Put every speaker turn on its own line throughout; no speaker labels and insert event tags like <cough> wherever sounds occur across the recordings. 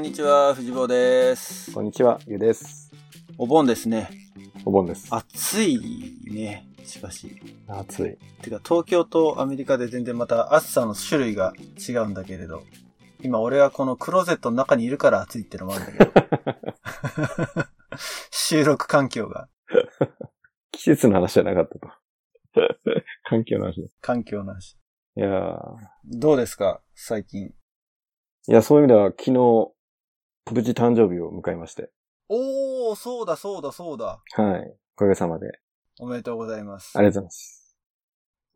にちは、藤坊です。
こんにちは、ゆうです。
お盆ですね。
お盆です。
暑いね、しかし。
暑い。
てか、東京とアメリカで全然また暑さの種類が違うんだけれど。今、俺はこのクローゼットの中にいるから暑いってのもあるんだけ <laughs> ど。収録環境が、
季節の話じゃなかったと。 <laughs> 環境の話だ。
環境なし。
いや
どうですか、最近。
ーいや、そういう意味では昨日、無事誕生日を迎えまして。
おー、そうだ、そうだ、そうだ。
はい。おかげさまで。
おめでとうございます。
ありがとうございます。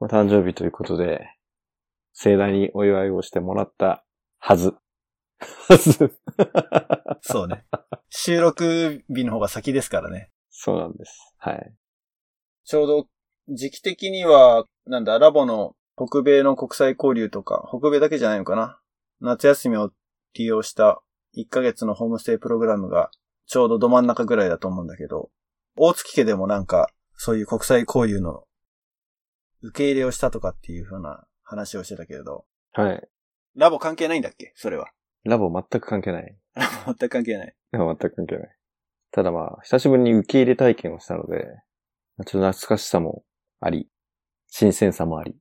まあ、誕生日ということで、盛大にお祝いをしてもらったはず。 <laughs> はず。 <laughs>
そうね。収録日の方が先ですからね。
そうなんです。はい。
ちょうど時期的には、なんだ、ラボの北米の国際交流とか、北米だけじゃないのかな。夏休みを利用した1ヶ月のホームステイプログラムが、ちょうどど真ん中ぐらいだと思うんだけど、大月家でもなんか、そういう国際交流の受け入れをしたとかっていう風な話をしてたけれど、
はい。
ラボ関係ないんだっけそれは。 <laughs>
ラボ全く関係ない。
ラボ全く関係ない。
いや全く関係ない。ただまあ、久しぶりに受け入れ体験をしたので、まあちょっと懐かしさもあり、新鮮さもあり、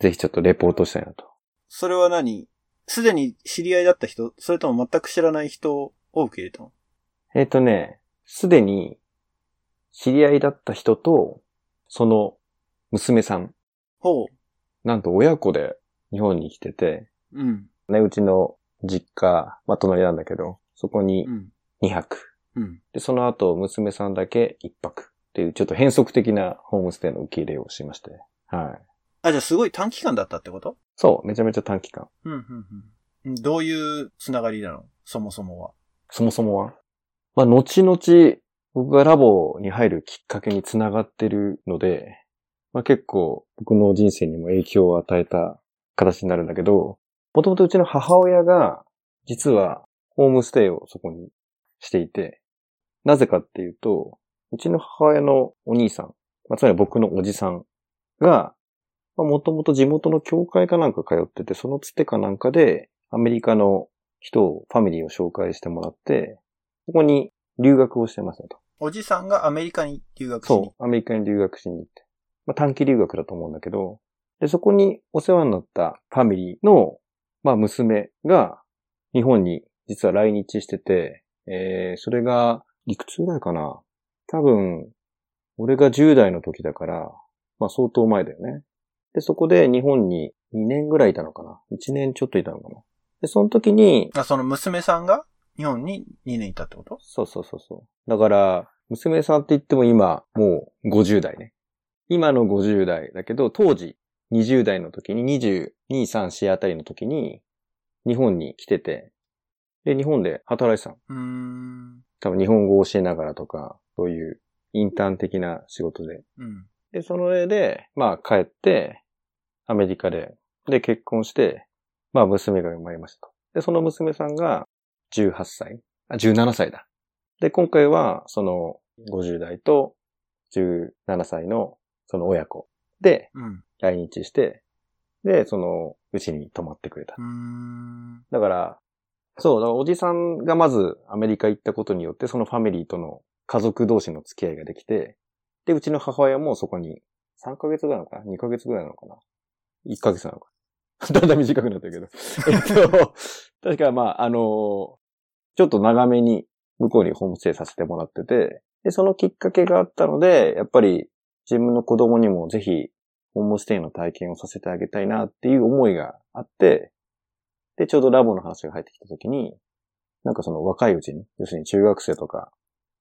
ぜひちょっとレポートしたいなと。
それは何すでに知り合いだった人それとも全く知らない人を受け入れたの
えっ、とね、すでに知り合いだった人と、その娘さん、
ほ
なんと親子で日本に来てて、
う。うん。
ね、うちの実家、まあ隣なんだけど、そこに
うん。
2泊。
うん。
で、その後娘さんだけ1泊っていう、ちょっと変則的なホームステイの受け入れをしまして、はい。
あ、じゃあすごい短期間だったってこと
そう、めちゃめちゃ短期間。
うん、うん、うん。どういうつながりなのそもそもは。
そもそもは。まあ、後々、僕がラボに入るきっかけにつながってるので、まあ、結構僕の人生にも影響を与えた形になるんだけど、もともとうちの母親が、実はホームステイをそこにしていて、なぜかっていうと、うちの母親のお兄さん、まあ、つまり僕のおじさんが、もともと地元の教会かなんか通ってて、そのつてかなんかで、アメリカの人を、ファミリーを紹介してもらって、ここに留学をしてますねと。
おじさんがアメリカに留学しに。
そう。アメリカに留学しに行って。まあ、短期留学だと思うんだけど、で、そこにお世話になったファミリーの、まあ、娘が、日本に実は来日してて、えー、それが、いくつぐらいかな多分、俺が10代の時だから、まあ、相当前だよね。で、そこで日本に2年ぐらいいたのかな ?1 年ちょっといたのかなで、その時に、
あ、その娘さんが日本に2年いたってこと
そうそうそうそう。だから、娘さんって言っても今、もう50代ね。今の50代だけど、当時、20代の時に、22、3、4あたりの時に、日本に来てて、で、日本で働いてたの。
うーん。
多分日本語を教えながらとか、そういうインターン的な仕事で。
うん。
で、その上で、まあ帰って、アメリカで、で、結婚して、まあ娘が生まれましたと。で、その娘さんが18歳、あ、17歳だ。で、今回は、その50代と17歳のその親子で
うん。
来日して、で、そのうちに泊まってくれた
う。ーん。
だから、そう、だからおじさんがまずアメリカ行ったことによって、そのファミリーとの家族同士の付き合いができて、で、うちの母親もそこに、3ヶ月ぐらいなのかな ?2 ヶ月ぐらいなのかな ?1 ヶ月なのかだんだん短くな <laughs> ってるけど。えっと、確かまあ、あのちょっと長めに向こうにホームステイさせてもらってて、で、そのきっかけがあったので、やっぱり自分の子供にもぜひ、ホームステイの体験をさせてあげたいなっていう思いがあって、で、ちょうどラボの話が入ってきた時に、なんかその若いうちに、要するに中学生とか、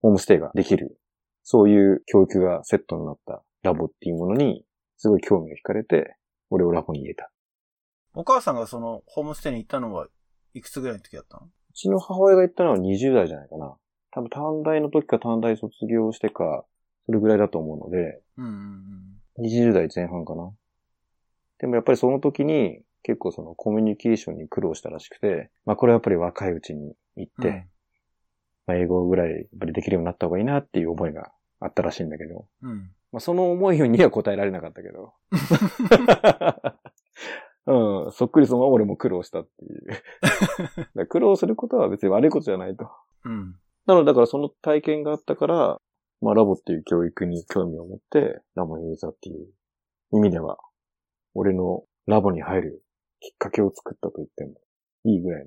ホームステイができる、そういう教育がセットになったラボっていうものに、すごい興味を惹かれて、俺をラボに入れた。
お母さんがそのホームステイに行ったのはいくつぐらいの時だったの
うちの母親が言ったのは20代じゃないかな。多分短大の時か短大卒業してか、それぐらいだと思うので、
うんうんうん。
20代前半かな。でもやっぱりその時に結構そのコミュニケーションに苦労したらしくて、まあこれはやっぱり若いうちに行って、まあ英語ぐらいやっぱりできるようになった方がいいなっていう思いがあったらしいんだけど、
うん。うん。
まあその思いには答えられなかったけど。うん、そっくりそのまま俺も苦労したっていう。だから苦労することは別に悪いことじゃないと。
うん。
なので、だからその体験があったから、まあラボっていう教育に興味を持って、ラボに入れたっていう意味では、俺のラボに入るきっかけを作ったと言ってもいいぐらい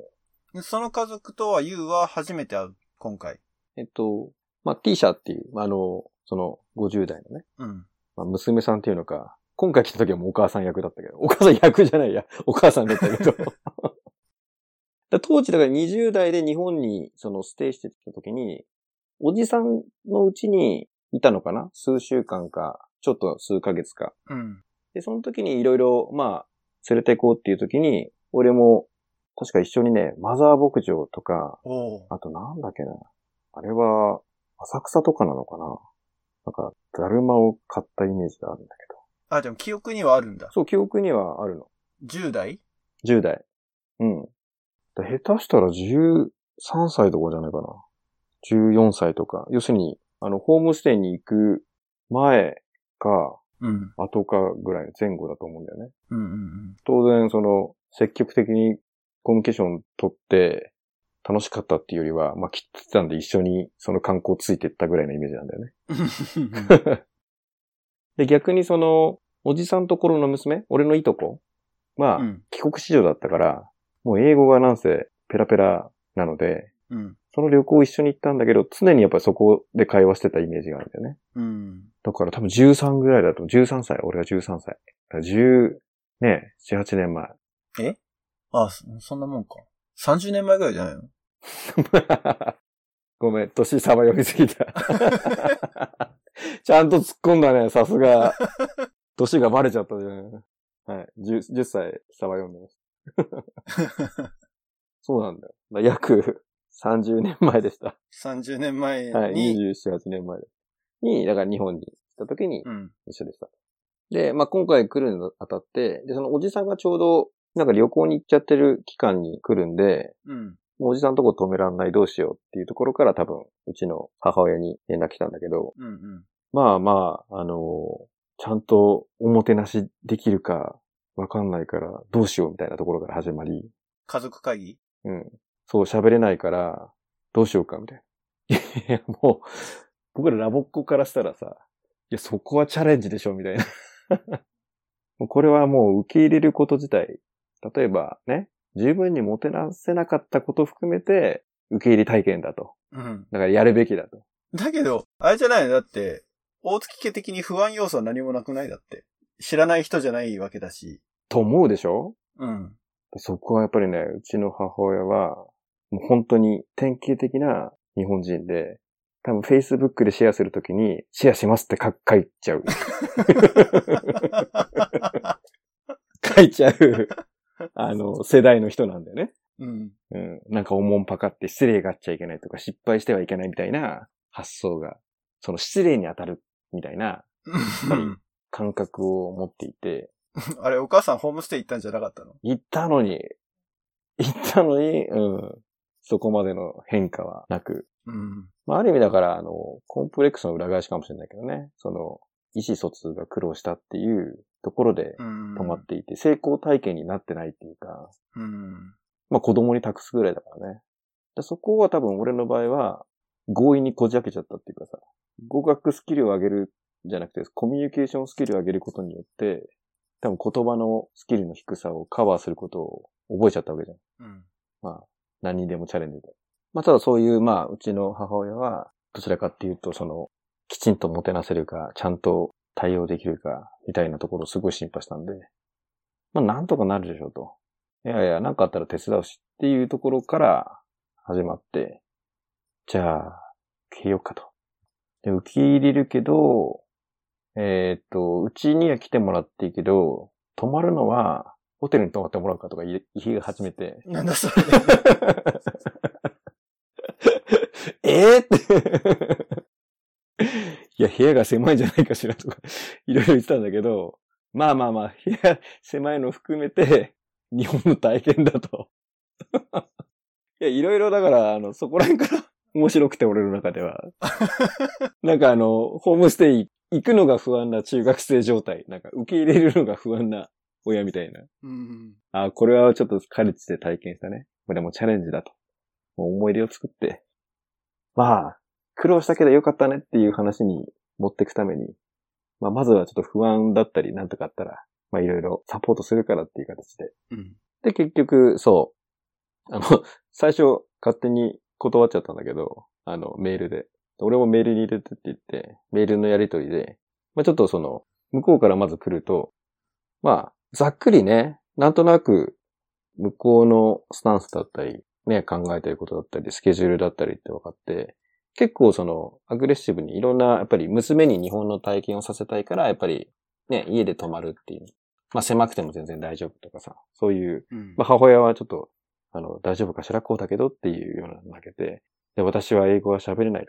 で
の。
その家族とは、ユウは初めて会う、今回。
えっと、まあ T 社っていう、まああの、その50代のね、
うん。
まあ、娘さんっていうのか、今回来た時はもうお母さん役だったけど、お母さん役じゃないや、お母さんだったけど。だ当時だから20代で日本にそのステイしてきた時に、おじさんのうちにいたのかな数週間か、ちょっと数ヶ月か。
うん。
で、その時にいろいろ、まあ、連れて行こうっていう時に、俺も、確か一緒にね、マザー牧場とか、
おう。
あとなんだっけな。あれは、浅草とかなのかななんか、だるまを買ったイメージがあるんだけど。
あ、でも記憶にはあるんだ。
そう、記憶にはあるの。
10代
10代。うん。だ下手したら13歳とかじゃないかな。14歳とか。要するに、あの、ホームステイに行く前か、
うん。
後かぐらいの前後だと思うんだよね。
うんうんうん。
当然、その、積極的にコミュニケーション取って、楽しかったっていうよりは、まあ、切ってたんで一緒にその観光ついてったぐらいのイメージなんだよね。で、逆にその、おじさんところの娘、俺のいとこは、
うん。
帰国子女だったから、もう英語がなんせペラペラなので、
うん。
その旅行一緒に行ったんだけど、常にやっぱりそこで会話してたイメージがあるんだよね。
うん。
だから多分13ぐらいだと、13歳、俺が13歳。だから10、ね、7、8年前。
あ、そそんなもんか。30年前ぐらいじゃないの
<laughs>
<laughs>
ごめん、年さば読みすぎた。 <laughs> ちゃんと突っ込んだね、さすが。年がバレちゃったじゃん。はい、10, 10歳さば読んでます。そうなんだよ。だから約30年前でした。
?30 年前に、
はい、27、8年前ですに、だから日本に来た時に
うん。
一緒でした。で、まあ、今回来るにあたって、で、そのおじさんがちょうど、なんか旅行に行っちゃってる期間に来るんで、
うん。
もうおじさんとこ止めらんないどうしようっていうところから多分、うちの母親に連絡来たんだけど、
うん。うん。
まあまあ、あのーちゃんとおもてなしできるかわかんないからどうしようみたいなところから始まり、
家族会議
うん。そう、喋れないから、どうしようか、みたいな。いや、もう、僕らラボっ子からしたらさ、いや、そこはチャレンジでしょ、みたいな。 <laughs> もうこれはもう受け入れること自体、例えばね、十分にもてなせなかったこと含めて、受け入れ体験だと。
うん。
だからやるべきだと。
だけど、あれじゃないのだって、大月家的に不安要素は何もなくないだって。知らない人じゃないわけだし。
と思うでしょ
うん。 <laughs>
そこはやっぱりね、うちの母親は、もう本当に典型的な日本人で、多分 Facebook でシェアするときに、シェアしますって書書いちゃう。書いちゃう、あの、世代の人なんだよね。
うん。
うん。なんかおもんぱかって失礼があっちゃいけないとか、失敗してはいけないみたいな発想が、その失礼に当たるみたいな
うん
感覚を持っていて、
あれ、お母さんホームステイ行ったんじゃなかったの
行ったのに、行ったのに、うん。そこまでの変化はなく、
うん。
まあ、ある意味だから、あの、コンプレックスの裏返しかもしれないけどね、その、意思疎通が苦労したっていうところで
うん。
止まっていて、成功体験になってないっていうか、
うん。
まあ子供に託すぐらいだからね。でそこは多分俺の場合は、強引にこじ開けちゃったっていうかさ、語学スキルを上げるんじゃなくて、コミュニケーションスキルを上げることによって、多分言葉のスキルの低さをカバーすることを覚えちゃったわけじゃ
う
ん。
ん。
何にでもチャレンジで。まあ、ただそういう、まあ、うちの母親は、どちらかっていうと、その、きちんともてなせるか、ちゃんと対応できるか、みたいなところをすごい心配したんで、まあ、なんとかなるでしょうと。いやいや、なんかあったら手伝うしっていうところから始まって、じゃあ、受け入れようかと。で、受け入れるけど、えーっと、うちには来てもらっていいけど、泊まるのは、ホテルに泊まってもらうかとか言い言い始めて、
なんだそれ。
<laughs> <laughs> えーって。いや、部屋が狭いんじゃないかしらとか、いろいろ言ってたんだけど、まあまあまあ、部屋狭いの含めて、日本の体験だと。いや、いろいろだから、あの、そこら辺から面白くて、俺の中では。なんかあの、ホームステイ行くのが不安な中学生状態。なんか受け入れるのが不安な親みたいな。
うん。
あーこれはちょっとカレッジで体験したね。これもチャレンジだと。もう思い出を作って。まあ、苦労したけどよかったねっていう話に持っていくために、まあ、まずはちょっと不安だったりなんとかあったら、まあ、いろいろサポートするからっていう形で。
うん。
で、結局、そう。あの、 <laughs> 最初、勝手に断っちゃったんだけど、あの、メールで。俺もメールに入れてって言って、メールのやりとりで、まあ、ちょっとその、向こうからまず来ると、まあ、ざっくりね、なんとなく、向こうのスタンスだったり、ね、考えてることだったり、スケジュールだったりって分かって、結構その、アグレッシブにいろんな、やっぱり娘に日本の体験をさせたいから、やっぱり、ね、家で泊まるっていう。まあ、狭くても全然大丈夫とかさ、そういう
うん。
まあ、母親はちょっと、あの、大丈夫かしらこうだけどっていうようなのを投げて、で、私は英語は喋れない。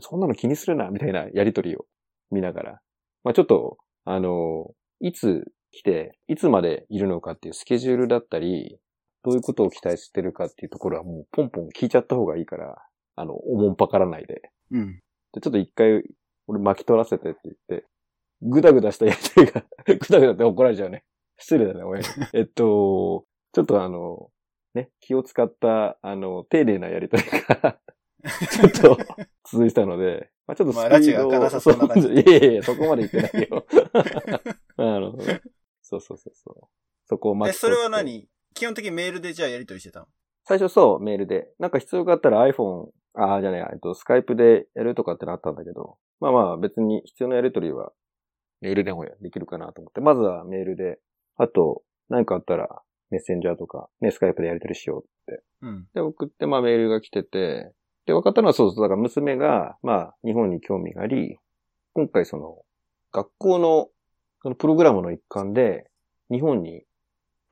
そんなの気にするな、みたいなやりとりを見ながら。まあ、ちょっと、あの、いつ来て、いつまでいるのかっていうスケジュールだったり、どういうことを期待してるかっていうところはもうポンポン聞いちゃった方がいいから、あの、おもんぱからないで。
<laughs> うん。
で、ちょっと一回、俺巻き取らせてって言って、ぐだぐだしたやつが、 <laughs> ぐだぐだって怒られちゃうね。失礼だね、
<laughs>
親に。えっと、ちょっとあの、ね、気を使った、あの、丁寧なやりとりが、 <laughs> ちょっと、続いたので、まあちょっと
まあ拉致が明かなさそうな感じ
<laughs> いやいやいや、そこまで言ってない
<laughs>
よ。 <laughs> あの、そうそうそうそう。そこを
え、
巻き
それ
取って
は何基本的にメールでじゃあやりとりしてたの
最初そう、メールで。なんか必要があったら iPhone、ああ、じゃない、えっと、スカイプでやるとかってなったんだけど、まあまあ別に必要なやりとりはメールでもできるかなと思って、まずはメールで、あと何かあったらメッセンジャーとか、ね、スカイプでやりとりしようって
うん。
で、送って、まあメールが来てて、で、分かったのはそうそう、だから娘が、まあ日本に興味があり、今回その、学校の、そのプログラムの一環で、日本に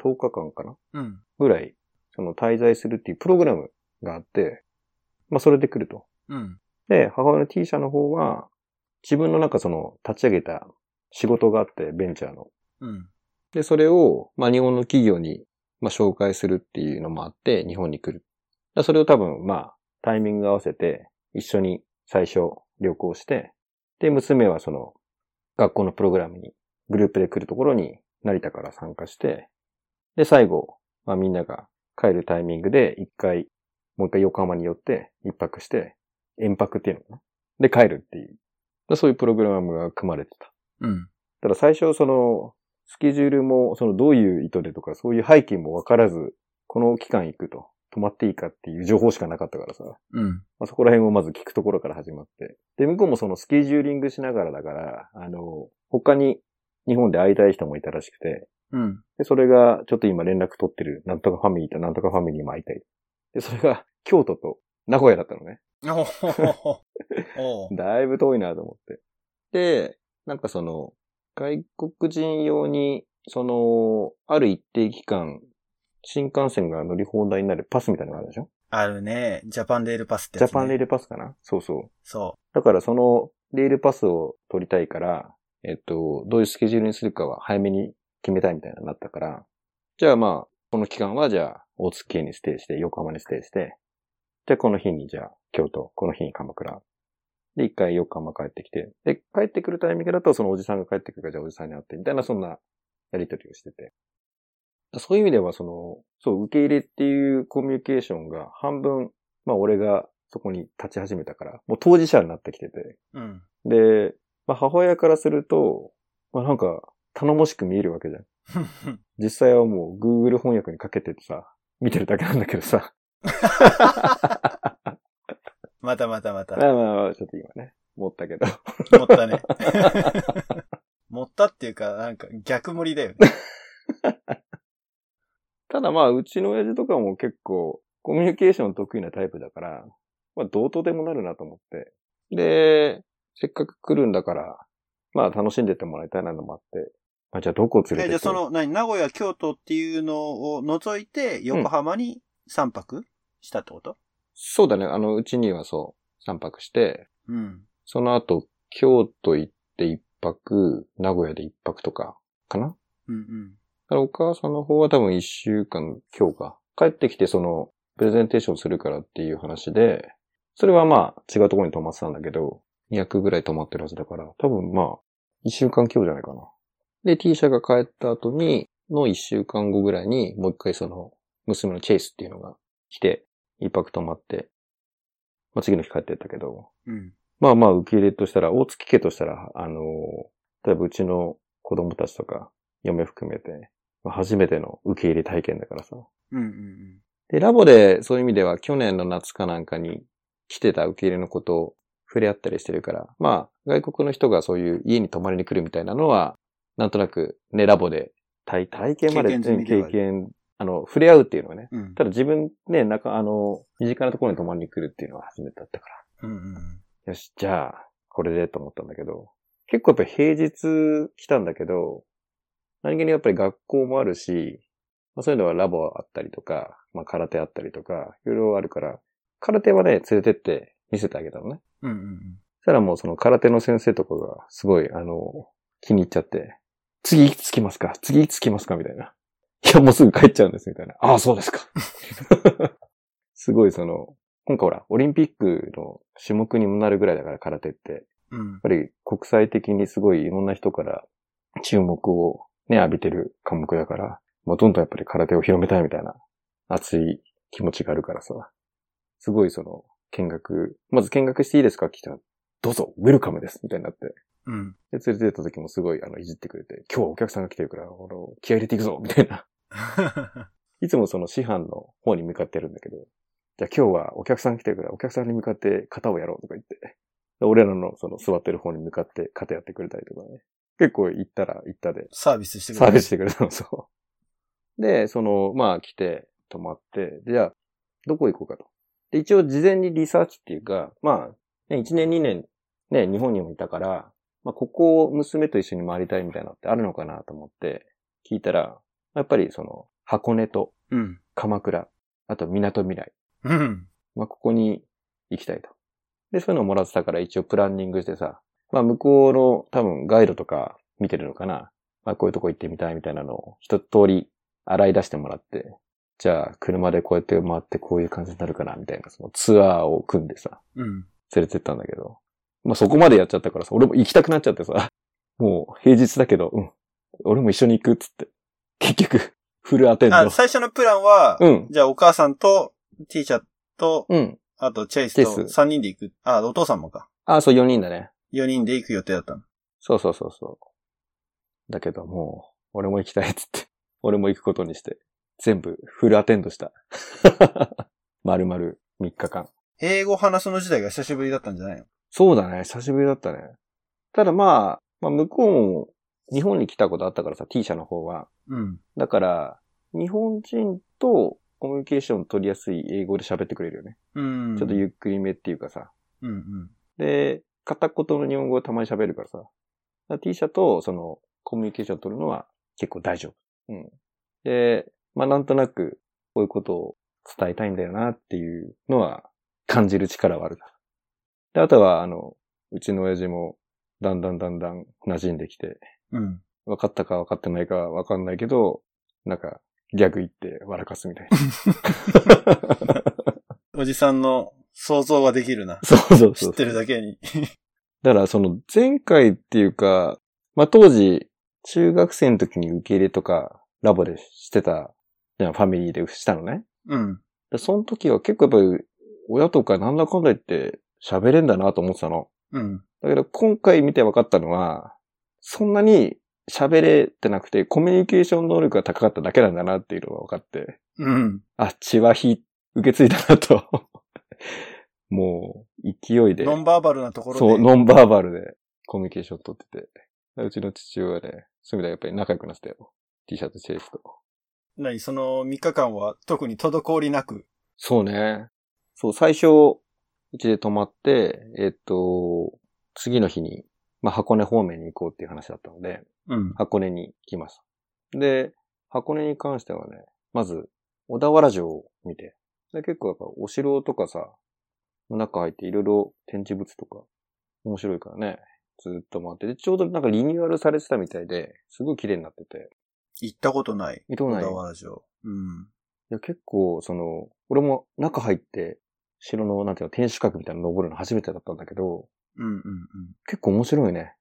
10日間かな
うん。
ぐらい、その滞在するっていうプログラムがあって、まあそれで来ると。
うん。
で、母親の T 社の方は、自分のなんかその立ち上げた仕事があって、ベンチャーの。
うん。
で、それを、まあ、日本の企業に、まあ、紹介するっていうのもあって、日本に来る。だそれを多分、まあ、タイミング合わせて、一緒に最初旅行して、で、娘はその、学校のプログラムに、グループで来るところに、成田から参加して、で、最後、まあ、みんなが帰るタイミングで、一回、もう一回横浜に寄って、一泊して、遠泊っていうのかな。で、帰るっていう。だそういうプログラムが組まれてた。
うん。
ただ最初その、スケジュールも、そのどういう意図でとか、そういう背景もわからず、この期間行くと、泊まっていいかっていう情報しかなかったからさ、ま
うん。
あ、そこら辺をまず聞くところから始まって。で、向こうもそのスケジューリングしながらだから、あの、他に日本で会いたい人もいたらしくて、
うん。
で、それが、ちょっと今連絡取ってる、なんとかファミリーとなんとかファミリーも会いたい。で、それが、京都と名古屋だったのね。
おほ
<laughs>
ほほ。おう
だいぶ遠いなと思って。で、なんかその、外国人用に、その、ある一定期間、新幹線が乗り放題になるパスみたいなのがあるでしょ、
あるね。ジャパンレールパスって
ジ
や
ャ
つ、ね。
パンレールパスかなそうそう。
そ
だからその、レールパスを取りたいから、えっと、どういうスケジュールにするかは早めに決めたいみたいになったから、じゃあまあ、この期間はじゃあ、大月にステイして、横浜にステイして、じゃあこの日にじゃあ、京都、この日に鎌倉。で、一回横浜帰ってきて、で、帰ってくるタイミングだと、そのおじさんが帰ってくるから、じゃあおじさんに会って、みたいな、そんなやりとりをしてて。そういう意味では、その、そう、受け入れっていうコミュニケーションが半分、まあ俺がそこに立ち始めたから、もう当事者になってきてて。
う。うん。 <laughs>
で、まあ母親からすると、まあなんか、頼もしく見えるわけじゃん。実際はもう Google 翻訳にかけててさ、見てるだけなんだけどさ。 <laughs>
またまたまた。
まあまあまあ、ちょっと今ね、持ったけど。 <laughs>
持ったね。持ったっていうか、なんか逆盛りだよ
<laughs>
ね。
ただまあ、うちの親父とかも結構、コミュニケーション得意なタイプだから、まあ、どうとでもなるなと思って。で、せっかく来るんだから、まあ、楽しんでってもらいたいなのもあって。まあ、じゃあ、どこを連れ
え
て
じゃあ
く
その、何、名古屋、京都っていうのを除いて、横浜に3泊したってこと
そうだね、あの、うちにはそう、三泊して、
うん。
その後、京都行って一泊、名古屋で一泊とか、かな
うんうん。
だからお母さんの方は多分一週間今日か。帰ってきてその、プレゼンテーションするからっていう話で、それはまあ違うところに泊まってたんだけど、200ぐらい泊まってるはずだから、多分まあ、一週間今日じゃないかな。で、T 社が帰った後に、の一週間後ぐらいに、もう一回その、娘のチェイスっていうのが来て、一泊泊まって、まあ、次の日帰ってったけど、
うん。
まあまあ受け入れとしたら、大月家としたら、あの、例えばうちの子供たちとか、嫁含めて、まあ初めての受け入れ体験だからさ。
うんうん
で、ラボでそういう意味では去年の夏かなんかに来てた受け入れのことを触れ合ったりしてるから、まあ外国の人がそういう家に泊まりに来るみたいなのは、なんとなくね、ラボで体体験まで
経験済みで
経
はある
験、あの、触れ合うっていうのはね。
うん。うん。
ただ自分ね、なんかあの、身近なところに泊まりに来るっていうのは初めてだったから。
うんうん
よし、じゃあ、これでと思ったんだけど、結構やっぱ平日来たんだけど、何気にやっぱり学校もあるし、まあ、そういうのはラボあったりとか、まあ空手あったりとか、いろいろあるから、空手はね、連れてって見せてあげたのね。
うん。うんうん
そしたらもうその空手の先生とかが、すごい、あの、気に入っちゃって、次いつ来ますか次いつ来ますかみたいな。 <laughs> いや、もうすぐ帰っちゃうんです、みたいな。ああ、そうですか。 <laughs> すごいその、今回ほら、オリンピックの種目にもなるぐらいだから、空手って。
うん。うん
やっぱり国際的にすごいいろんな人から注目をね、浴びてる科目だから、もうどんどんやっぱり空手を広めたいみたいな熱い気持ちがあるからさ、すごいその見学、まず見学していいですかって聞いたら、どうぞ、ウェルカムですみたいになって。
うん。 <laughs>
で、連れてった時もすごいあの、いじってくれて、今日はお客さんが来てるから、この気合入れていくぞみたいな。いつもその師範の方に向かってやるんだけど、じゃあ今日はお客さん来てるからお客さんに向かって肩をやろうとか言って、で俺らのその座ってる方に向かって肩やってくれたりとかね。結構行ったら行ったで、
サービスしてく
サ
れ
ービ
る。
スしてくれたの、そう。で、その、まあ来て、泊まって、でじゃあ、どこ行こうかと。で、一応事前にリサーチっていうか、まあ、ね、1年2年、ね、日本にもいたから、まあ、ここを娘と一緒に回りたいみたいなのってあるのかなと思って、聞いたら、やっぱりその、箱根と
うん。
鎌倉、あと港未来。
うん。
まあ、ここに行きたいと。で、そういうのをもらってたから一応プランニングしてさ、まあ、向こうの多分ガイドとか見てるのかな。まあ、こういうとこ行ってみたいみたいなのを一通り洗い出してもらって、じゃあ、車でこうやって回ってこういう感じになるかな、みたいな、そのツアーを組んでさ、
うん。
連れてったんだけど。まあ、そこまでやっちゃったからさ、俺も行きたくなっちゃってさ、 <laughs> もう平日だけど、うん。俺も一緒に行くっつって。結局、フルアテン
あ、
ド。
最初のプランは、
うん。
じゃあお母さんと、ティーチャーと、
うん。
あとチェイス
チェ
と
イス
3人で行く。あ、お父さんもか。
あ、そう、4人だね。
4人で行く予定だったの。
そうそうそうそう。だけどもう、俺も行きたいっつって、俺も行くことにして、全部フルアテンドした。 <laughs> まるまる3日間。
英語話すの時代が久しぶりだったんじゃないの
そうだね、久しぶりだったね。ただまあ、まあ向こうも日本に来たことあったからさ、T 社の方は。
うん。
だから、日本人とコミュニケーション取りやすい英語で喋ってくれるよね。
うん。
ちょっとゆっくりめっていうかさ。
うんうん。
で、片言の日本語をたまに喋るからさ。だから T 社とそのコミュニケーション取るのは結構大丈夫。うん。で、まあなんとなくこういうことを伝えたいんだよなっていうのは感じる力はあるな。で、あとはあの、うちの親父もだんだんだんだん馴染んできて、
うん。
分かったか分かってないかは分かんないけど、なんかギャグ言って笑かすみたいな。
おじさんの想像ができるな。
そうそうそう
知ってるだけに。
だからその前回っていうか、まあ、当時、中学生の時に受け入れとか、ラボでしてた、じゃあファミリーでしたのね。
うん。
で、その時は結構やっぱり、親とかなんだかんだ言って喋れんだなと思ってたの。
うん。
だけど今回見て分かったのは、そんなに喋れてなくて、コミュニケーション能力が高かっただけなんだなっていうのが分かって、
うん。
あ、血は火、受け継いだなと。 <laughs> もう、勢いで。
ノンバーバルなところで。
そう、ノンバーバルでコミュニケーション取ってて。うちの父親ね、そういう意味ではやっぱり仲良くなってたよ。T シャツシェイスと。
何その3日間は特に滞りなく。
そうね。そう、最初、うちで泊まって、えっと、次の日に、まあ、箱根方面に行こうっていう話だったので、
うん。
箱根に来ました。で、箱根に関してはね、まず、小田原城を見て、で結構やっぱお城とかさ、中入っていろいろ展示物とか、面白いからね、ずっと回って、で、ちょうどなんかリニューアルされてたみたいで、すごい綺麗になってて、
行ったことない。
行ったこ
小
とない
田原城。うん。
いや、結構、その、俺も中入って、城の、なんていうの、天守閣みたいなの登るの初めてだったんだけど、
うんうん
結構面白いね。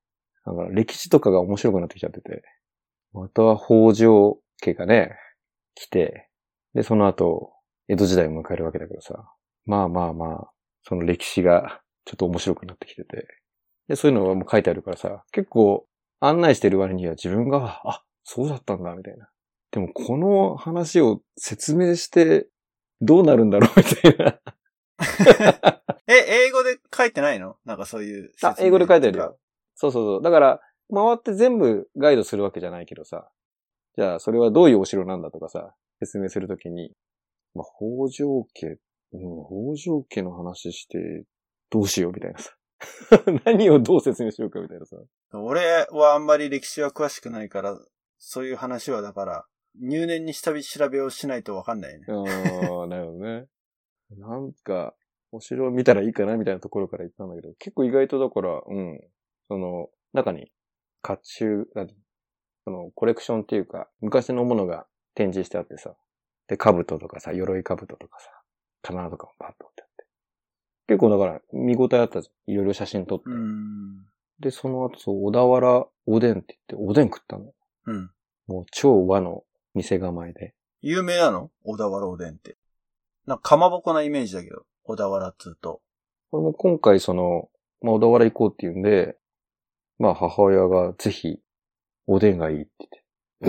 なんか歴史とかが面白くなってきちゃってて。また、北条家がね、来て、で、その後、江戸時代を迎えるわけだけどさ、まあまあまあ、その歴史がちょっと面白くなってきてて、で、そういうのがもう書いてあるからさ、結構案内してる割には自分が、あ、そうだったんだ、みたいな。でもこの話を説明してどうなるんだろう、みたいな。
え、英語で書いてないのなんかそういう説明
あ
と、か。
英語で書いてあるよ。そうそうそう。だから、回って全部ガイドするわけじゃないけどさ。じゃあ、それはどういうお城なんだとかさ、説明するときに、まあ、北条家、うん、北条家の話して、どうしようみたいなさ。 <laughs> 何をどう説明しようかみたいなさ。
俺はあんまり歴史は詳しくないから、そういう話はだから、入念に下調べをしないとわかんないね。
ああ、なるほどね。なんか、お城を見たらいいかなみたいなところから行ったんだけど、結構意外とだから、うん。その、中に、甲冑、何その、コレクションっていうか、昔のものが展示してあってさ、で、兜とかさ、鎧兜とかさ、刀とかもパッと置いてあって。結構だから、見応えあったじゃん。いろいろ写真撮って。
うん。
で、その後、そう、小田原おでんって言って、おでん食ったの。
うん。
もう超和の店構えで。
有名なの小田原おでんって。なんかかまぼこなイメージだけど、小田原っつうと。
これも今回その、まあ、小田原行こうって言うんで、まあ母親がぜひ、おでんがいいって言っ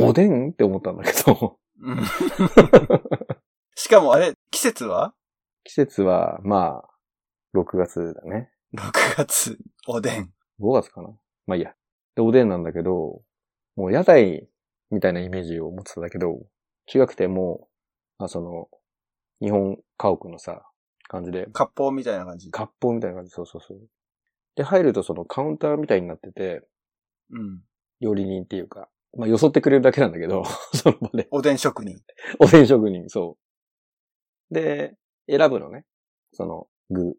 て。おでんって思ったんだけど、 <laughs>
うん。しかもあれ、季節は
季節は、まあ、6月だね。
?6 月、おでん。
5月かなまあいいや。で、おでんなんだけど、もう屋台みたいなイメージを持ってたんだけど、違くてもう、まあその、日本家屋のさ、感じで、
割烹みたいな感じ。
割烹みたいな感じ、そうそうそう。で、入るとそのカウンターみたいになってて、
うん。
料理人っていうか、まあ、よそってくれるだけなんだけど、 <laughs> その場で。
おでん職人。
おでん職人、そう。で、選ぶのね。その、具。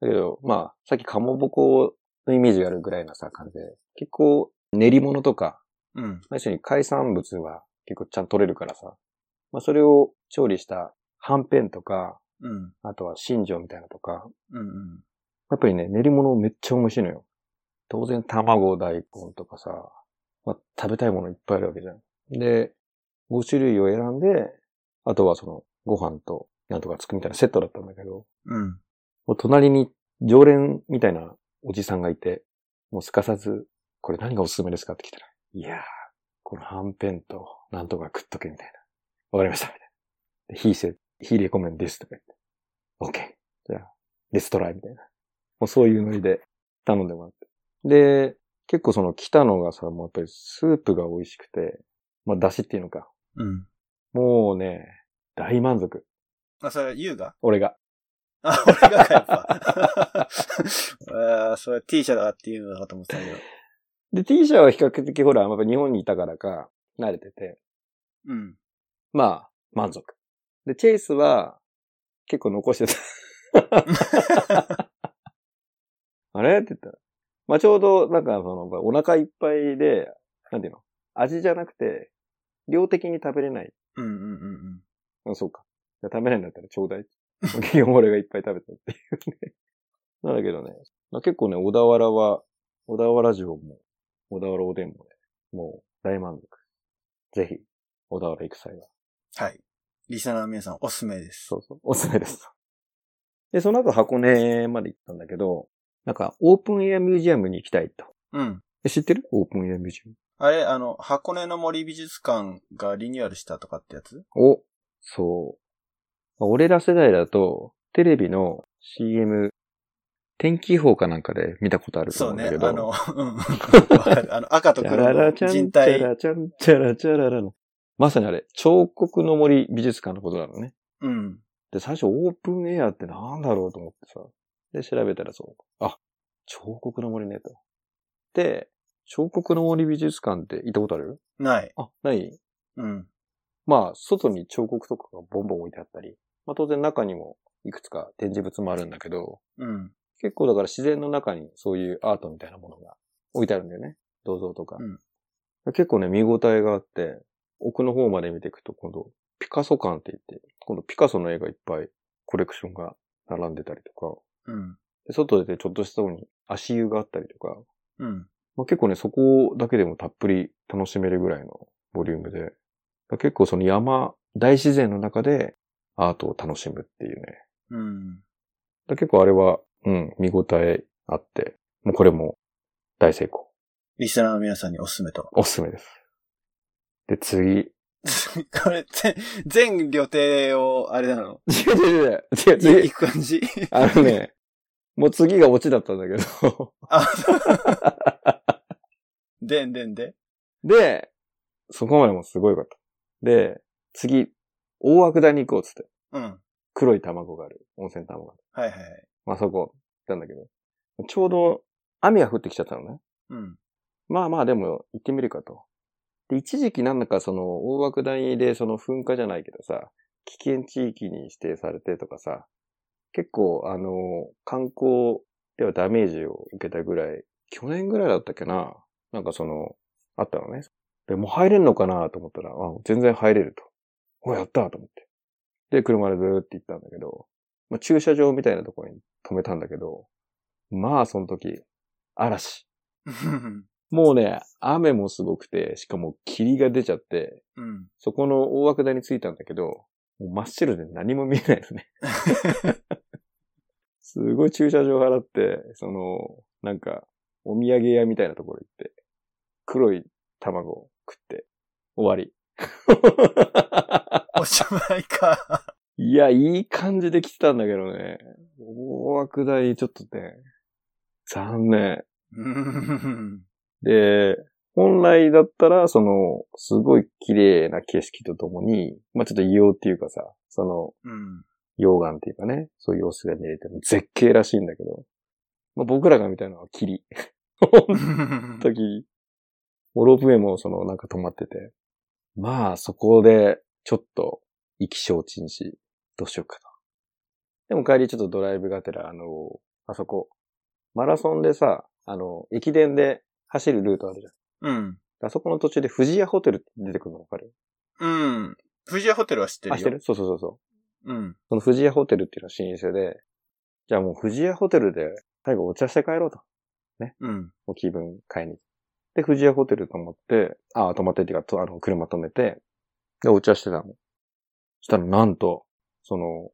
だけど、まあ、さっきかもぼこのイメージがあるぐらいなさ、感じで。結構、練り物とか、
うん。
まあ要するに海産物は結構ちゃんと取れるからさ。まあ、それを調理した、はんぺんとか、
うん。
あとは新庄みたいなのとか、
うんうん。
やっぱりね、練り物めっちゃ美味しいのよ。当然卵、大根とかさ、まあ、食べたいものいっぱいあるわけじゃん。で、5種類を選んで、あとはその、ご飯と、なんとかつくみたいなセットだったんだけど、
うん。
もう隣に常連みたいなおじさんがいて、もうすかさず、これ何がおすすめですかって来たら、いやー、このはんぺんと、なんとか食っとけみたいな。わかりました、みたいな。でヒーセ、ヒーレコメンですとか言って。オッケー。じゃあ、レストライみたいな。もうそういうノリで頼んでもらって。で、結構その来たのがさ、もうやっぱりスープが美味しくて、まあ出汁っていうのか。
うん。
もうね、大満足。
あ、それ、優雅 <laughs>
俺が。
あ、俺がか、やっぱ。 <laughs> あーそれ T 社だっていうのだと思ってたけど。
で、T 社は比較的ほら、やっぱ日本にいたからか、慣れてて、
うん。
まあ、満足。で、チェイスは、結構残してた。あれって言ったら。まあ、ちょうど、なんか、その、お腹いっぱいで、なんていうの味じゃなくて、量的に食べれない。
うんうんうんうん。
あそうか。じゃあ食べれないんだったらちょうだい。結局俺がいっぱい食べたっていうね。 <laughs> なんだけどね。まあ、結構ね、小田原は、小田原城も、小田原おでんもね、もう大満足。ぜひ、小田原行く際は。
はい。リスナーの皆さん、おすすめです。
そうそう。おすすめです。で、その後箱根まで行ったんだけど、なんか、オープンエアミュージアムに行きたいと。
うん。
え知ってるオープンエアミュージアム。
あれ、あの、箱根の森美術館がリニューアルしたとかってやつ
お、そう。まあ俺ら世代だと、テレビの CM、天気予報かなんかで見たことあると
そ
思
う
うん
ね。
だ
あ
け
<laughs>
ど。
の、うん。わかるあの、赤と
チ
黒
ャラ
の
ラチャン、
人
チャ
体。
ラチャン、チャラチャララの。まさにあれ、彫刻の森美術館のことなのね。
うん。
で、最初オープンエアってなんだろうと思ってさ。で、調べたらそう。あ、彫刻の森ね、と。で、彫刻の森美術館って行ったことある
ない。
あ、ない
うん。
まあ、外に彫刻とかがボンボン置いてあったり、まあ当然中にもいくつか展示物もあるんだけど、
うん。
結構だから自然の中にそういうアートみたいなものが置いてあるんだよね。銅像とか。
うん
結構ね、見応えがあって、奥の方まで見ていくと今度、ピカソ館って言って、今度ピカソの絵がいっぱいコレクションが並んでたりとか、
うん。
で外でちょっとしたとこに足湯があったりとか、
うん。
まあ、結構ね、そこだけでもたっぷり楽しめるぐらいのボリュームで、結構その山、大自然の中でアートを楽しむっていうね。
うん。
だ結構あれは、うん、見応えあって、もうこれも大成功。
リスナーの皆さんにおすすめと。
おすすめです。で、 <laughs> 次。違
<laughs> これ、全全旅程を、あれなの
う違う違う。違う
行
次。
く感じ <laughs>
あのね、もう次がオチだったんだけど。 <laughs>
あ、でんでんで。
で、そこまでもすごいよかった。で、次、大涌谷に行こうっつって。
うん。はい
黒い卵がある。温泉卵がある。
はいはい。
まあそこ、行ったんだけど。ちょうど雨が降ってきちゃったのね。
うん。 <laughs>
まあまあでも行ってみるかと。で、一時期なんだかその大涌谷でその噴火じゃないけどさ、危険地域に指定されてとかさ、結構あの、観光ではダメージを受けたぐらい、去年ぐらいだったっけな、なんかその、あったのね。で、もう入れんのかなと思ったら、あ全然入れると。お、やったと思って。で、車でずーって行ったんだけど、まあ、駐車場みたいなところに止めたんだけど、まあその時、嵐。もうね、雨もすごくて、しかも霧が出ちゃって、
うん。
そこの大涌谷に着いたんだけど、もう真っ白で何も見えないのね。すごい駐車場払って、その、なんか、お土産屋みたいなところ行って、黒い卵を食って、終わり。 <laughs>
おしまいか。 <laughs>
いや、いい感じで来てたんだけどね。大涌谷、ちょっとね、残念。
うん。
で、本来だったら、その、すごい綺麗な景色とともに、まあ、ちょっと硫黄っていうかさ、その、
うん。
溶岩っていうかね、そういう様子が見れて、絶景らしいんだけど、まあ、僕らが見たのは霧。 <laughs> 本当に。もうロープウェイもその、なんか止まってて。まあ、そこで、ちょっと、意気消沈し、どうしようかな。でも帰りちょっとドライブがてら、あの、あそこ、マラソンでさ、あの、駅伝で走るルートあるじゃん。
うん。
あそこの途中で富士屋ホテルって出てくるのわかる
うん。富士屋ホテルは知ってるよ。
あ、してるそうそうそうそ
う
う。
ん。
その富士屋ホテルっていうのは老舗で、じゃあもう富士屋ホテルで最後お茶して帰ろうと。
うん。
もう気分買いに。で、富士屋ホテル泊まって、あ、泊まってっていうか、とあの、車止めて、で、お茶してたの。したらなんと、その、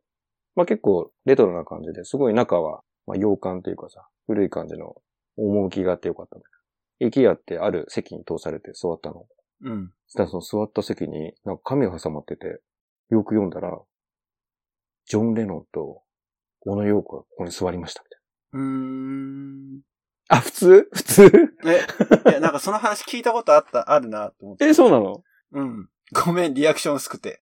まあ、結構レトロな感じで、すごい中は、まあ、洋館というかさ、古い感じの趣があってよかったんだけど。駅やってある席に通されて座ったの。
うん。
そしたらその座った席に、なんか紙が挟まってて、よく読んだら、ジョン・レノンと、小野洋子がここに座りました、みたいう
ーん。
な。あ、普通普通 <laughs>
え、いや、なんかその話聞いたことあった、あるな、と思って。
え、そうなの <laughs>
うん。ごめん、リアクション薄くて。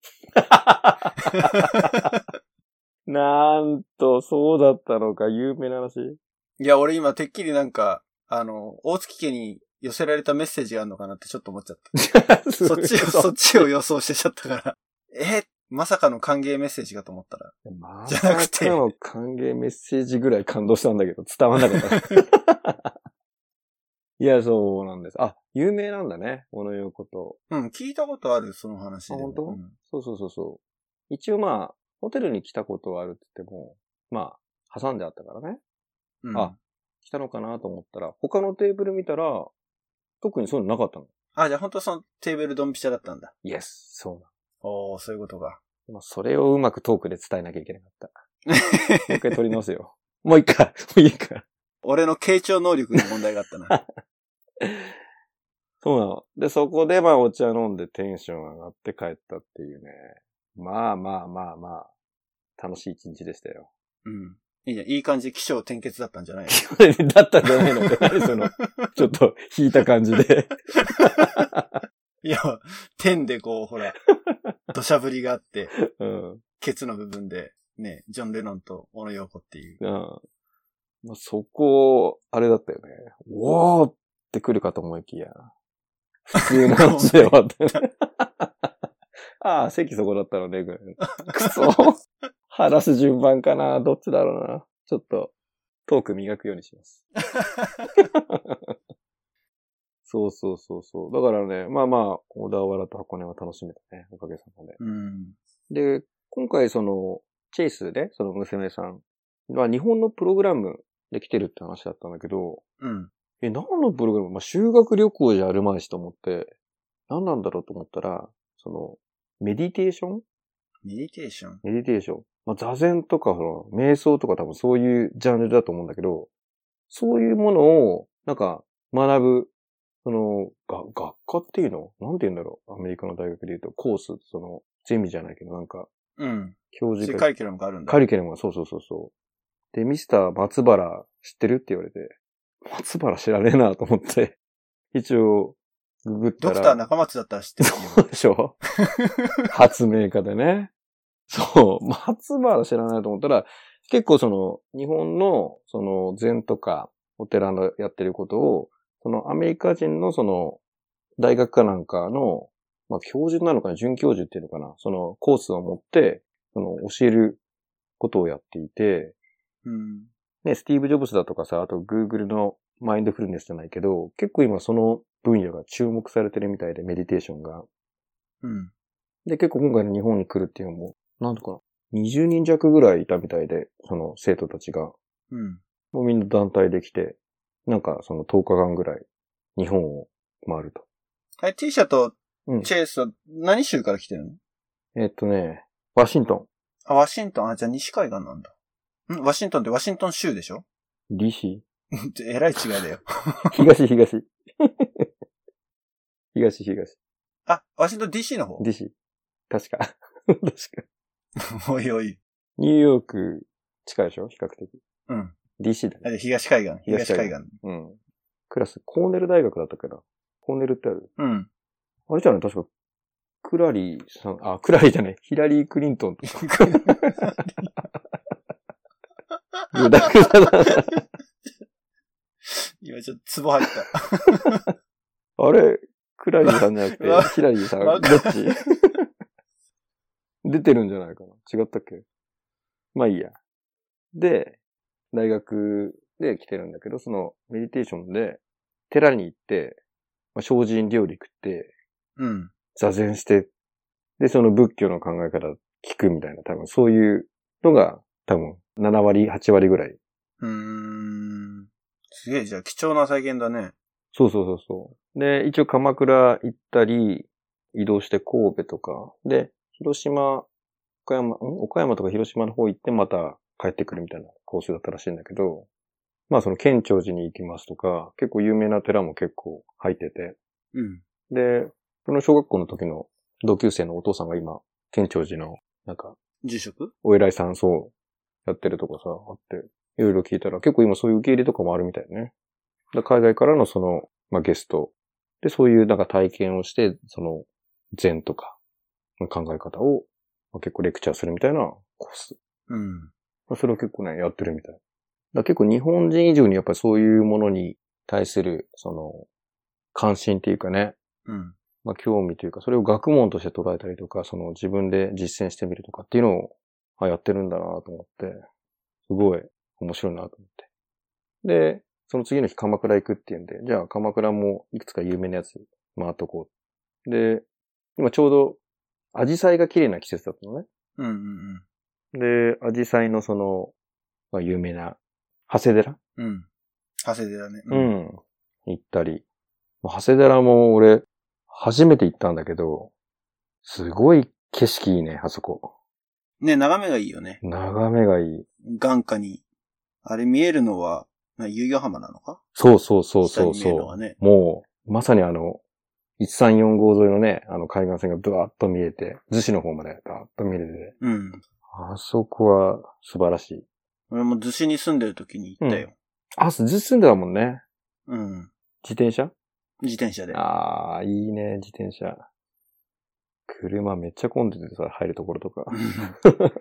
なんと、そうだったのか、有名な話。
いや、俺今、てっきりなんか、あの、大月家に寄せられたメッセージがあるのかなってちょっと思っちゃった。 <laughs> そっちを、そっちを予想してちゃったから。 <laughs> え、まさかの歓迎メッセージかと思ったら。
ま
じゃなく
さ
て
かの歓迎メッセージぐらい感動したんだけど、伝わんなかった。
<laughs>
いや、そうなんです。あ、有名なんだね、小野洋子と。
うん、聞いたことある、その話でも。
あ本当
うん
そうそうそうそう。一応まあ、ホテルに来たことはあるって言っても、まあ、挟んであったからね。
うん、
あ
あ
来たのかなと思ったら、他のテーブル見たら、特にそういうのなかったの。
あ、じゃあ本当そのテーブルドンピシャだったんだ。
イエス、そうな
おー、そういうことか。
の。まあ、それをうまくトークで伝えなきゃいけなか <laughs> った。もう一回取り直すよ。もう一回、もういいから。
俺の傾聴能力の問題があった
<laughs>
な。
そうなの。で、そこでまあお茶飲んでテンション上がって帰ったっていうね。まあまあまあまあ、楽しい一日でした <laughs> よ。
うん。いいね。いい感じで起承転結だったんじ
<laughs>
ゃない
だったんじゃないのって何その、ちょっと引いた感じで。
いや、天でこう、ほ
<laughs>
ら、土砂降りがあって、
<laughs> うん。
ケツの部分で、ね、ジョン・レノンと小野洋子っていう。
うん。まあ、そこ、あれだったよね。おーって来るかと思いきや。普通の話で終わったね。 <laughs> ああ、席そこだったのね、ぐらいの。くそ。話す順番かなどっちだろうな。ちょっと、トーク磨くようにし <laughs> ます。そうそうそうそう。だからね、まあまあ、小田原と箱根は楽しめたね。おかげさまで。
うん。
で、今回その、チェイスで、その娘さんが日本のプログラムで来てるって話だったんだけど、
うん。
え、何のプログラムまあ、修学旅行じゃあるまいしと思って、何なんだろうと思ったら、その、メディテーション
メディテーション
メディテーション。まあ、座禅とか、ほら、瞑想とか多分そういうジャンルだと思うんだけど、そういうものを、なんか、学ぶ、その、が、学科っていうのなんて言うんだろうアメリカの大学で言うと、コース、その、ゼミじゃないけど、なんか、
うん。
教
そうい
授
う
が
カ、リキュラムがあるんだ。
カリキュラムが、そうそうそうそう。で、ミスター松原知ってるって言われて、松原知らねえなと思って、一応、ググっ
ド
たら。
クター中松だったら知ってるよ。
でしょ発明家でね。そう、松原知らないと思ったら、結構その、日本の、その、禅とか、お寺のやってることを、その、アメリカ人のその、大学かなんかの、まあ、教授なのかな、准教授っていうのかな、その、コースを持って、その、教えることをやっていて、
うん。
ね、スティーブ・ジョブスだとかさ、あと Google のマインドフルネスじゃないけど、結構今その分野が注目されてるみたいで、メディテーションが。
うん。
で、結構今回の日本に来るっていうのも、なんとかな、20人弱ぐらいいたみたいで、その生徒たちが、
うん。
もうみんな団体で来て、なんかその10日間ぐらい、日本を回ると。
はい T 社と
うん
チェイスは何州から来てるの
えっとね、ワシント
あ、ワシントン、あ、じゃあ西海岸なんだ。んワシントンってワシントン州でしょ <laughs>
ン、DC、
えらい違いだよ。
東 <laughs> 東。東東、
あ、ワシントン DC の方
DC。確か。 <laughs> 確か。
おいおい。
ニューヨーク近いでしょ比較的。
うん。
DC だね。
あじゃあ東海岸、
東
東
海岸
海岸。
うん。クラス、コーネル大学だったっけな。コーネルってある
うん。 <laughs>
あれじゃない確か、クラリーさん、あ、クラリーじゃない、ヒラリー・クリント <laughs> ンとグダグダだな。
今ちょっとツボ入った。
あれ、クラリーさんじゃなくて
わ、
ヒラリーさん、ど
わ
っ
か
ち <laughs> 出てるんじゃないかな違ったっけまあいいや。で、大学で来てるんだけど、そのメディテーションで、寺に行って、まあ、精進料理食って、
うん。
座禅して、で、その仏教の考え方聞くみたいな、多分そういうのが、多分7割、8割ぐらいう
ーん。すげえ、じゃあ貴重な再現だね。
そうそうそうそう。で、一応鎌倉行ったり、移動して神戸とか、で、広島、岡山、ん岡山とか広島の方行ってまた帰ってくるみたいなコースだったらしいんだけど、まあその県庁寺に行きますとか、結構有名な寺も結構入ってて、
うん。
で、その小学校の時の同級生のお父さんが今、県庁寺の、なんか、
住職
お偉いさんそう、やってるとかさ、あって、いろいろ聞いたら、結構今そういう受け入れとかもあるみたいね。だ海外からのその、まあ、ゲスト。で、そういうなんか体験をして、その、禅とか、考え方を、まあ、結構レクチャーするみたいなコース。
うん。
まあ、それを結構ね、やってるみたい。だから結構日本人以上にやっぱりそういうものに対する、その、関心っていうかね、
うん。
まあ、興味というか、それを学問として捉えたりとか、その自分で実践してみるとかっていうのを、あ、やってるんだなと思って、すごい面白いなと思って。で、その次の日鎌倉行くっていうんで、じゃあ鎌倉もいくつか有名なやつ回っとこう。で、今ちょうど、アジサイが綺麗な季節だったのね。
うん。うん。
で、アジサイのその、まあ、有名な、長谷寺
うん。うん。長谷寺ね。
う。ん。行ったり。まあ長谷寺も俺、初めて行ったんだけど、すごい景色いいね、あそこ。
ね、眺めがいいよね。
眺めがいい。
眼下に。あれ見えるのは、な遊魚浜なのか
そうそうそうそう
下に見えるの
そ
はね。
う。もう、まさにあの、1345沿いのね、あの海岸線がドワーッと見えて、逗子の方までドワーッと見えてて、
うん。
あそこは素晴らしい。
俺も逗子に住んでる時に行ったよ。
あ、ずっと住んでたもんね。
うん。
自転車
自転車で。
ああ、いいね、自転車。車めっちゃ混んでてさ、入るところとか。
<laughs>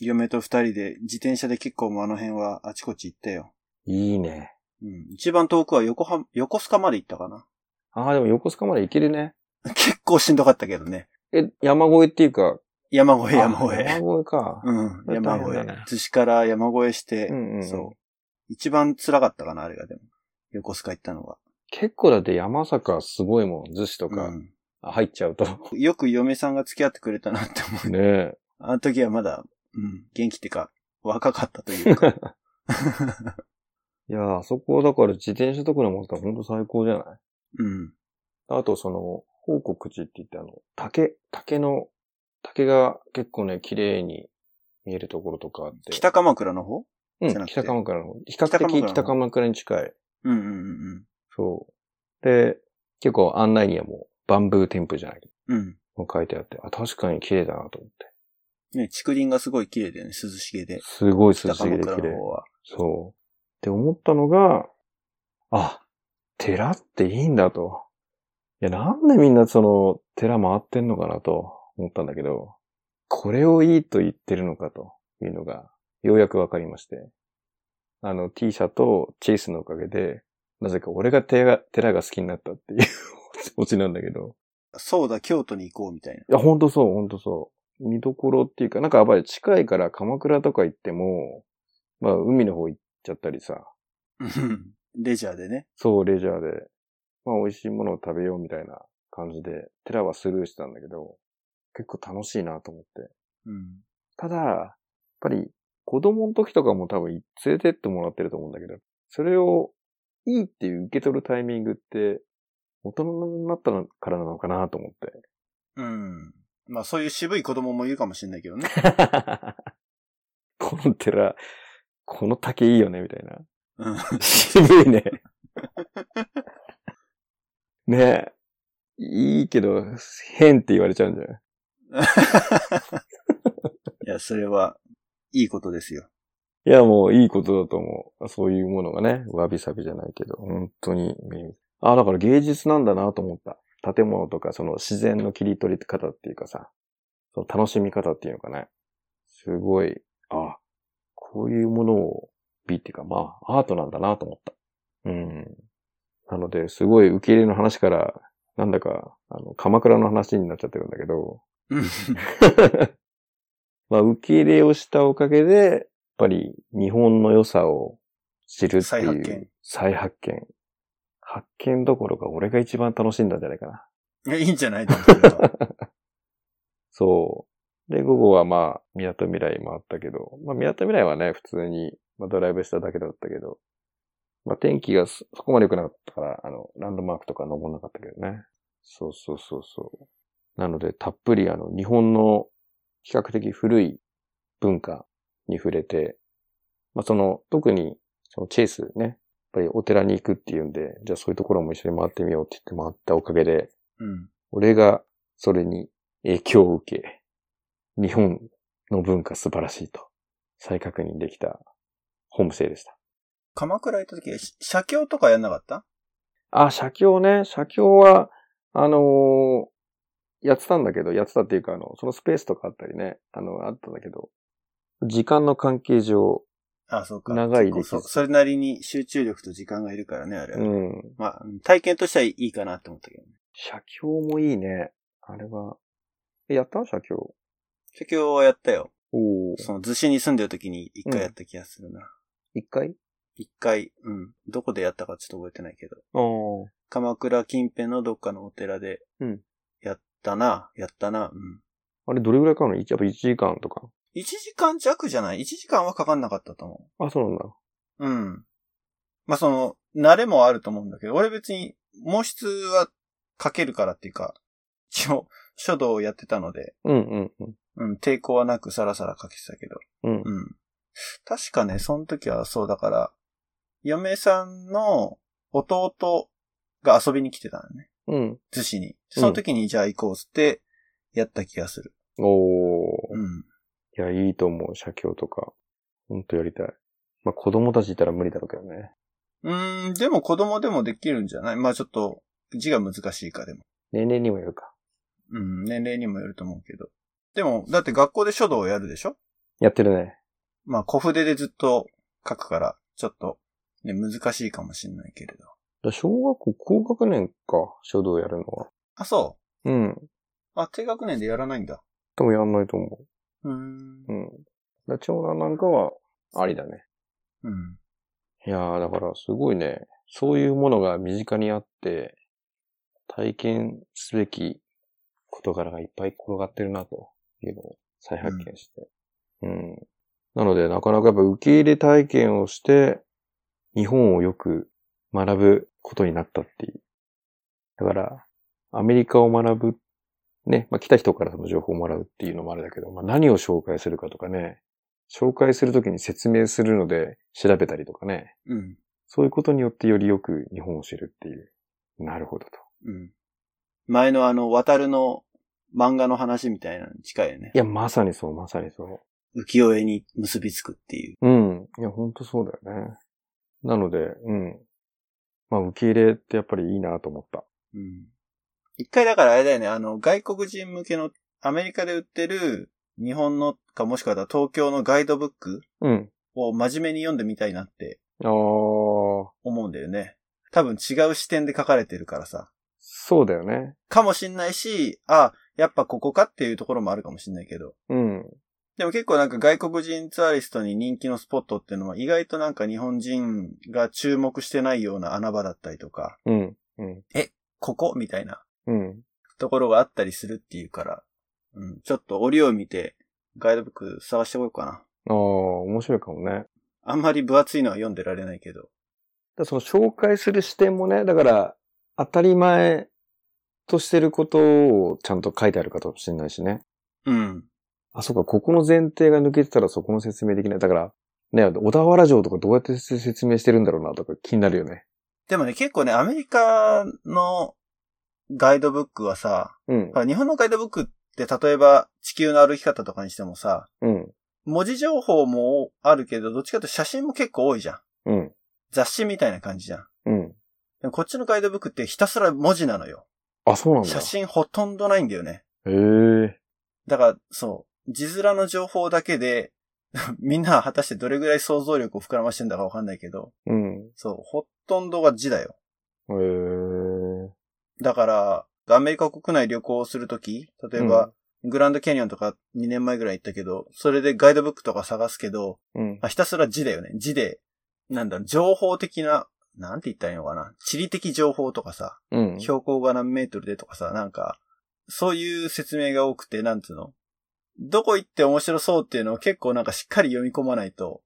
嫁と二人で、自転車で結構もうあの辺はあちこち行ったよ。
いいね。
うん。一番遠くは横浜、横須賀まで行ったかな。 <laughs>
ああ、でも横須賀まで行けるね。
結構しんどかったけどね。
え、山越えっていうか。
山越え、 <laughs> 山越
あ
え。
山越えか。
うん。山越
大変
え
だね。
寿司から山越えして、
うんうんうん
そう。一番辛かったかな、あれがでも。横須賀行ったのが。
結構だって山坂すごいもん。逗子と
う
か
ん。
入っちゃ
<laughs>
うと。
よく嫁さんが付き合ってくれたなって思う。
ねえ。
あの時はまだ、うん、元気ってか、若かったという
<laughs>
か。
いやーあそこはだから自転車とかでもらったらほんと最高じゃない
うん。
あとその、報告地って言ってあの、竹、竹の、竹が結構ね、綺麗に見えるところとかあって。
北鎌倉の方
う
じゃな
ん、
くて
北鎌倉の方。比較
北鎌倉
的
の方
北鎌倉に近い。
うんうんうん
そう。で、結構案内にはもう、バンブーテンプじゃないけど
うん。うん。
もう書いてあって、あ、確かに綺麗だなと思って。
ね、竹林がすごい綺麗だよね、涼しげで。
すごい涼
北
しげ
鎌
で
倉
綺
の
麗
方。は。
そう。って思ったのが、あ、寺っていいんだと。いや、なんでみんなその、寺回ってんのかなと思ったんだけど、これをいいと言ってるのかというのが、ようやくわかりまして。あの、T 社とチェイスのおかげで、なぜか俺が寺寺が好きになったっていう <laughs> オチなんだけど。
そうだ、京都に行こうみたいな。
いや、ほんとそう、ほんとそう。見どころっていうか、なんかやっぱり近いから鎌倉とか行っても、まあ海の方行っちゃったりさ、
うんレジャーでね。
そう、レジャーで、まあ美味しいものを食べようみたいな感じで、寺はスルーしてたんだけど、結構楽しいなと思って。
うん。
ただ、やっぱり子供の時とかも多分連れてってもらってると思うんだけど、それをいいっていう受け取るタイミングって、大人になったからなのかなと思って。
うん。まあそういう渋い子供もいるかもしれないけどね。
<laughs> この寺、この竹いいよね、みたいな。 <laughs>
うん。
渋いね。ねえ。いいけど、変って言われちゃうんじゃない
いや、それは、いいことですよ。
いや、もういいことだと思う。そういうものがね、わびさびじゃないけど、本当に。あ、だから芸術なんだなと思った。建物とか、その自然の切り取り方っていうかさ、その楽しみ方っていうのかね。すごい、あ、こういうものを、美っていうか、まあ、アートなんだなと思った。うん。なので、すごい受け入れの話から、なんだか、あの、鎌倉の話になっちゃってるんだけど、
うん。
まあ、受け入れをしたおかげで、やっぱり日本の良さを知るっていう。
再発見。
再発見。発見どころか俺が一番楽しんだんじゃないかな。
いや、いいんじゃないだってそれは
そう。で、午後はまあ、港未来もあったけど、まあ、港未来はね、普通に、まあ、ドライブしただけだったけど、まあ、天気がそそこまで良くなかったから、あの、ランドマークとか登んなかったけどね。そうそうそうそう。なので、たっぷりあの、日本の比較的古い文化に触れて、まあ、その、特に、そのチェイスね、やっぱりお寺に行くっていうんで、じゃあそういうところも一緒に回ってみようって言って回ったおかげで、
うん。
俺がそれに影響を受け、日本の文化素晴らしいと再確認できたホームステイでした。
鎌倉行った時、し写経とかやんなかった
あ、写経ね。写経は、あのーやってたんだけど、やってたっていうか、あの、そのスペースとかあったりね、あの、あったんだけど、時間の関係上、
あ、そうか。
長い
結構そ
歴史
それなりに集中力と時間がいるからね、あれは。
うん、
まあ、体験としてはいいかなって思ったけどね。
写経もいいね。あれは、えやった写経。
写経はやったよ。
おお。
その、逗子に住んでる時に一回やった気がするな。
一回
一、回、うん。どこでやったかちょっと覚えてないけど。
ああ。
鎌倉近辺のどっかのお寺で
うん、
やったな、やったな、うん。
あれどれぐらいかかるの一やっぱ1時間とか。
1時間弱じゃない ?1 時間はかかんなかったと思
あ、そうなんだ。
う。うん。まあ、その、慣れもあると思うんだけど、俺別に、毛筆は書けるからっていうか、一応、書道をやってたので、
うんうんうん。
うん、抵抗はなくサラサラ書けてたけど、
うん。
うん。確かね、その時はそうだから、嫁さんの弟が遊びに来てたのね。
うん。
逗子に。その時に、じゃあ行こうっつって、やった気がする。
おー。
うん。
いや、いいと思う、写経とか。ほんとやりたい。まあ、子供たちいたら無理だろうけどね。
うーん、でも子供でもできるんじゃないまあちょっと字が難しいかでも。
年齢にもよるか。
うん、年齢にもよると思うけど。でも、だって学校で書道をやるでしょ
やってるね。
まあ小筆でずっと書くから、ちょっと、ね、難しいかもしれないけれど。
だ小学校高学年か、書道やるのは。
あ、そ
うん。
う。あ、低学年でやらないんだ。
多分やんないと思
うーん
う。。うん。だ長男なんかは、ありだね。
うん。
いやー、だからすごいね、そういうものが身近にあって、体験すべき事柄がいっぱい転がってるなというのを再発見して。うん。なので、なかなかやっぱ受け入れ体験をして、日本をよく学ぶことになったっていう。だから、アメリカを学ぶ、ね、まあ、来た人からその情報をもらうっていうのもあれだけど、まあ、何を紹介するかとかね、紹介するときに説明するので調べたりとかね、
うん。
そういうことによってよりよく日本を知るっていう。なるほどと。
うん。前のあの、渡るの漫画の話みたいなのに近いよね
い。や、まさにそう、まさにそ
浮世絵に結びつくっていう。
う。うん。いや、ほんとそうだよね。なので、うん。まあ、受け入れってやっぱりいいなと思った。
うん。一回だからあれだよね、あの、外国人向けの、アメリカで売ってる、日本のかもしくは東京のガイドブック
うん。
を真面目に読んでみたいなって
ああ、
思うんだよね。多分違う視点で書かれてるからさ。
そうだよね。
かもしんないし、あ、やっぱここかっていうところもあるかもしんないけど。
うん。
でも結構なんか外国人ツアリストに人気のスポットっていうのは意外となんか日本人が注目してないような穴場だったりとか、
うん。うん。
ここみたいな
うん。
ところがあったりするっていうから、うん、ちょっと折を見てガイドブック探してこようかな。
ああ、面白いかもね。
あんまり分厚いのは読んでられないけど。
だからその紹介する視点もね、だから当たり前としてることをちゃんと書いてあるかもしれないしね。
うん。
あ、そうか、ここの前提が抜けてたらそこの説明できない。だから、ね、小田原城とかどうやって説明してるんだろうなとか気になるよね。
でもね、結構ね、アメリカのガイドブックはさ、
うん。
日本のガイドブックって例えば地球の歩き方とかにしてもさ、
うん。
文字情報もあるけど、どっちかというと写真も結構多いじゃん。
うん。
雑誌みたいな感じじゃん。
うん。
でもこっちのガイドブックってひたすら文字なのよ。
あ、そうなんだ。
写真ほとんどないんだよね。
へえ。
だから、そう、字面の情報だけで、 <laughs> みんな果たしてどれぐらい想像力を膨らましてんだかわかんないけど、
うん。
そう、ほとんどが字だよ。
へえ。
だから、アメリカ国内旅行するとき、例えば、グランドキャニオンとか2年前ぐらい行ったけど、それでガイドブックとか探すけど、
うん。
まあひたすら字だよね。字で、なんだろう、情報的な、なんて言ったらいいのかな。地理的情報とかさ、
うん。
標高が何メートルでとかさ、なんか、そういう説明が多くて、なんつうの。どこ行って面白そうっていうのを結構なんかしっかり読み込まないと、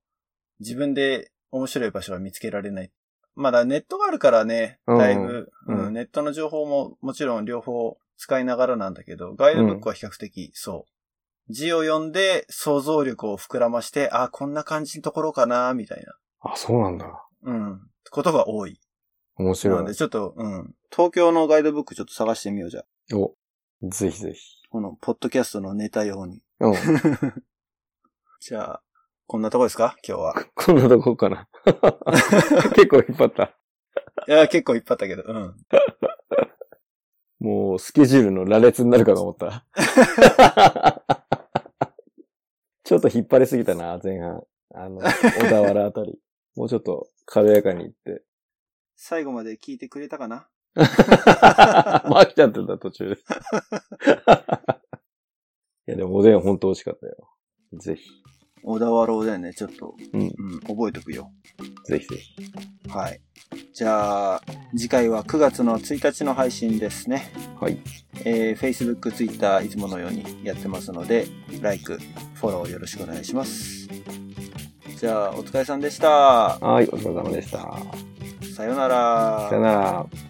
自分で面白い場所は見つけられない。まだネットがあるからね、
うん
だいぶ、うん
うん
ネットの情報ももちろん両方使いながらなんだけど、ガイドブックは比較的そう。字を読んで想像力を膨らまして、あ、こんな感じのところかな、みたい
あ、そうなんだ。
な、うん、ことが多い。
面
な
白
ので
い。
ちょっと、うん、東京のガイドブックちょっと探してみようじゃあ
お、ぜひぜひ。 <laughs>
この、ポッドキャストのネタ用に。
うん。
じゃあ、こんなとこですか今日は。
こんなとこかな。 <laughs> 結構引っ張った。
いや、結構引っ張ったけど、うん。
もう、スケジュールの羅列になるかと思った。 <laughs> ちょっと引っ張りすぎたな、前半。あの、小田原あたり。もうちょっと軽やかに行って。
最後まで聞いてくれたかな
飽きちゃってた、途中で。いや、でもおでん本当美味しかったよ。ぜひ、
小田原をだよね、ちょっと、
うん
うん、覚えとくよ。
ぜひぜひ。
はい。じゃあ、次回は9月の1日の配信ですね。
はい。
えー、Facebook、Twitter、いつものようにやってますので、Like、フォローよろしくお願いします。じゃあ、お疲れさんでした。
はい、お疲れ様でした。
さようなら
さよなら。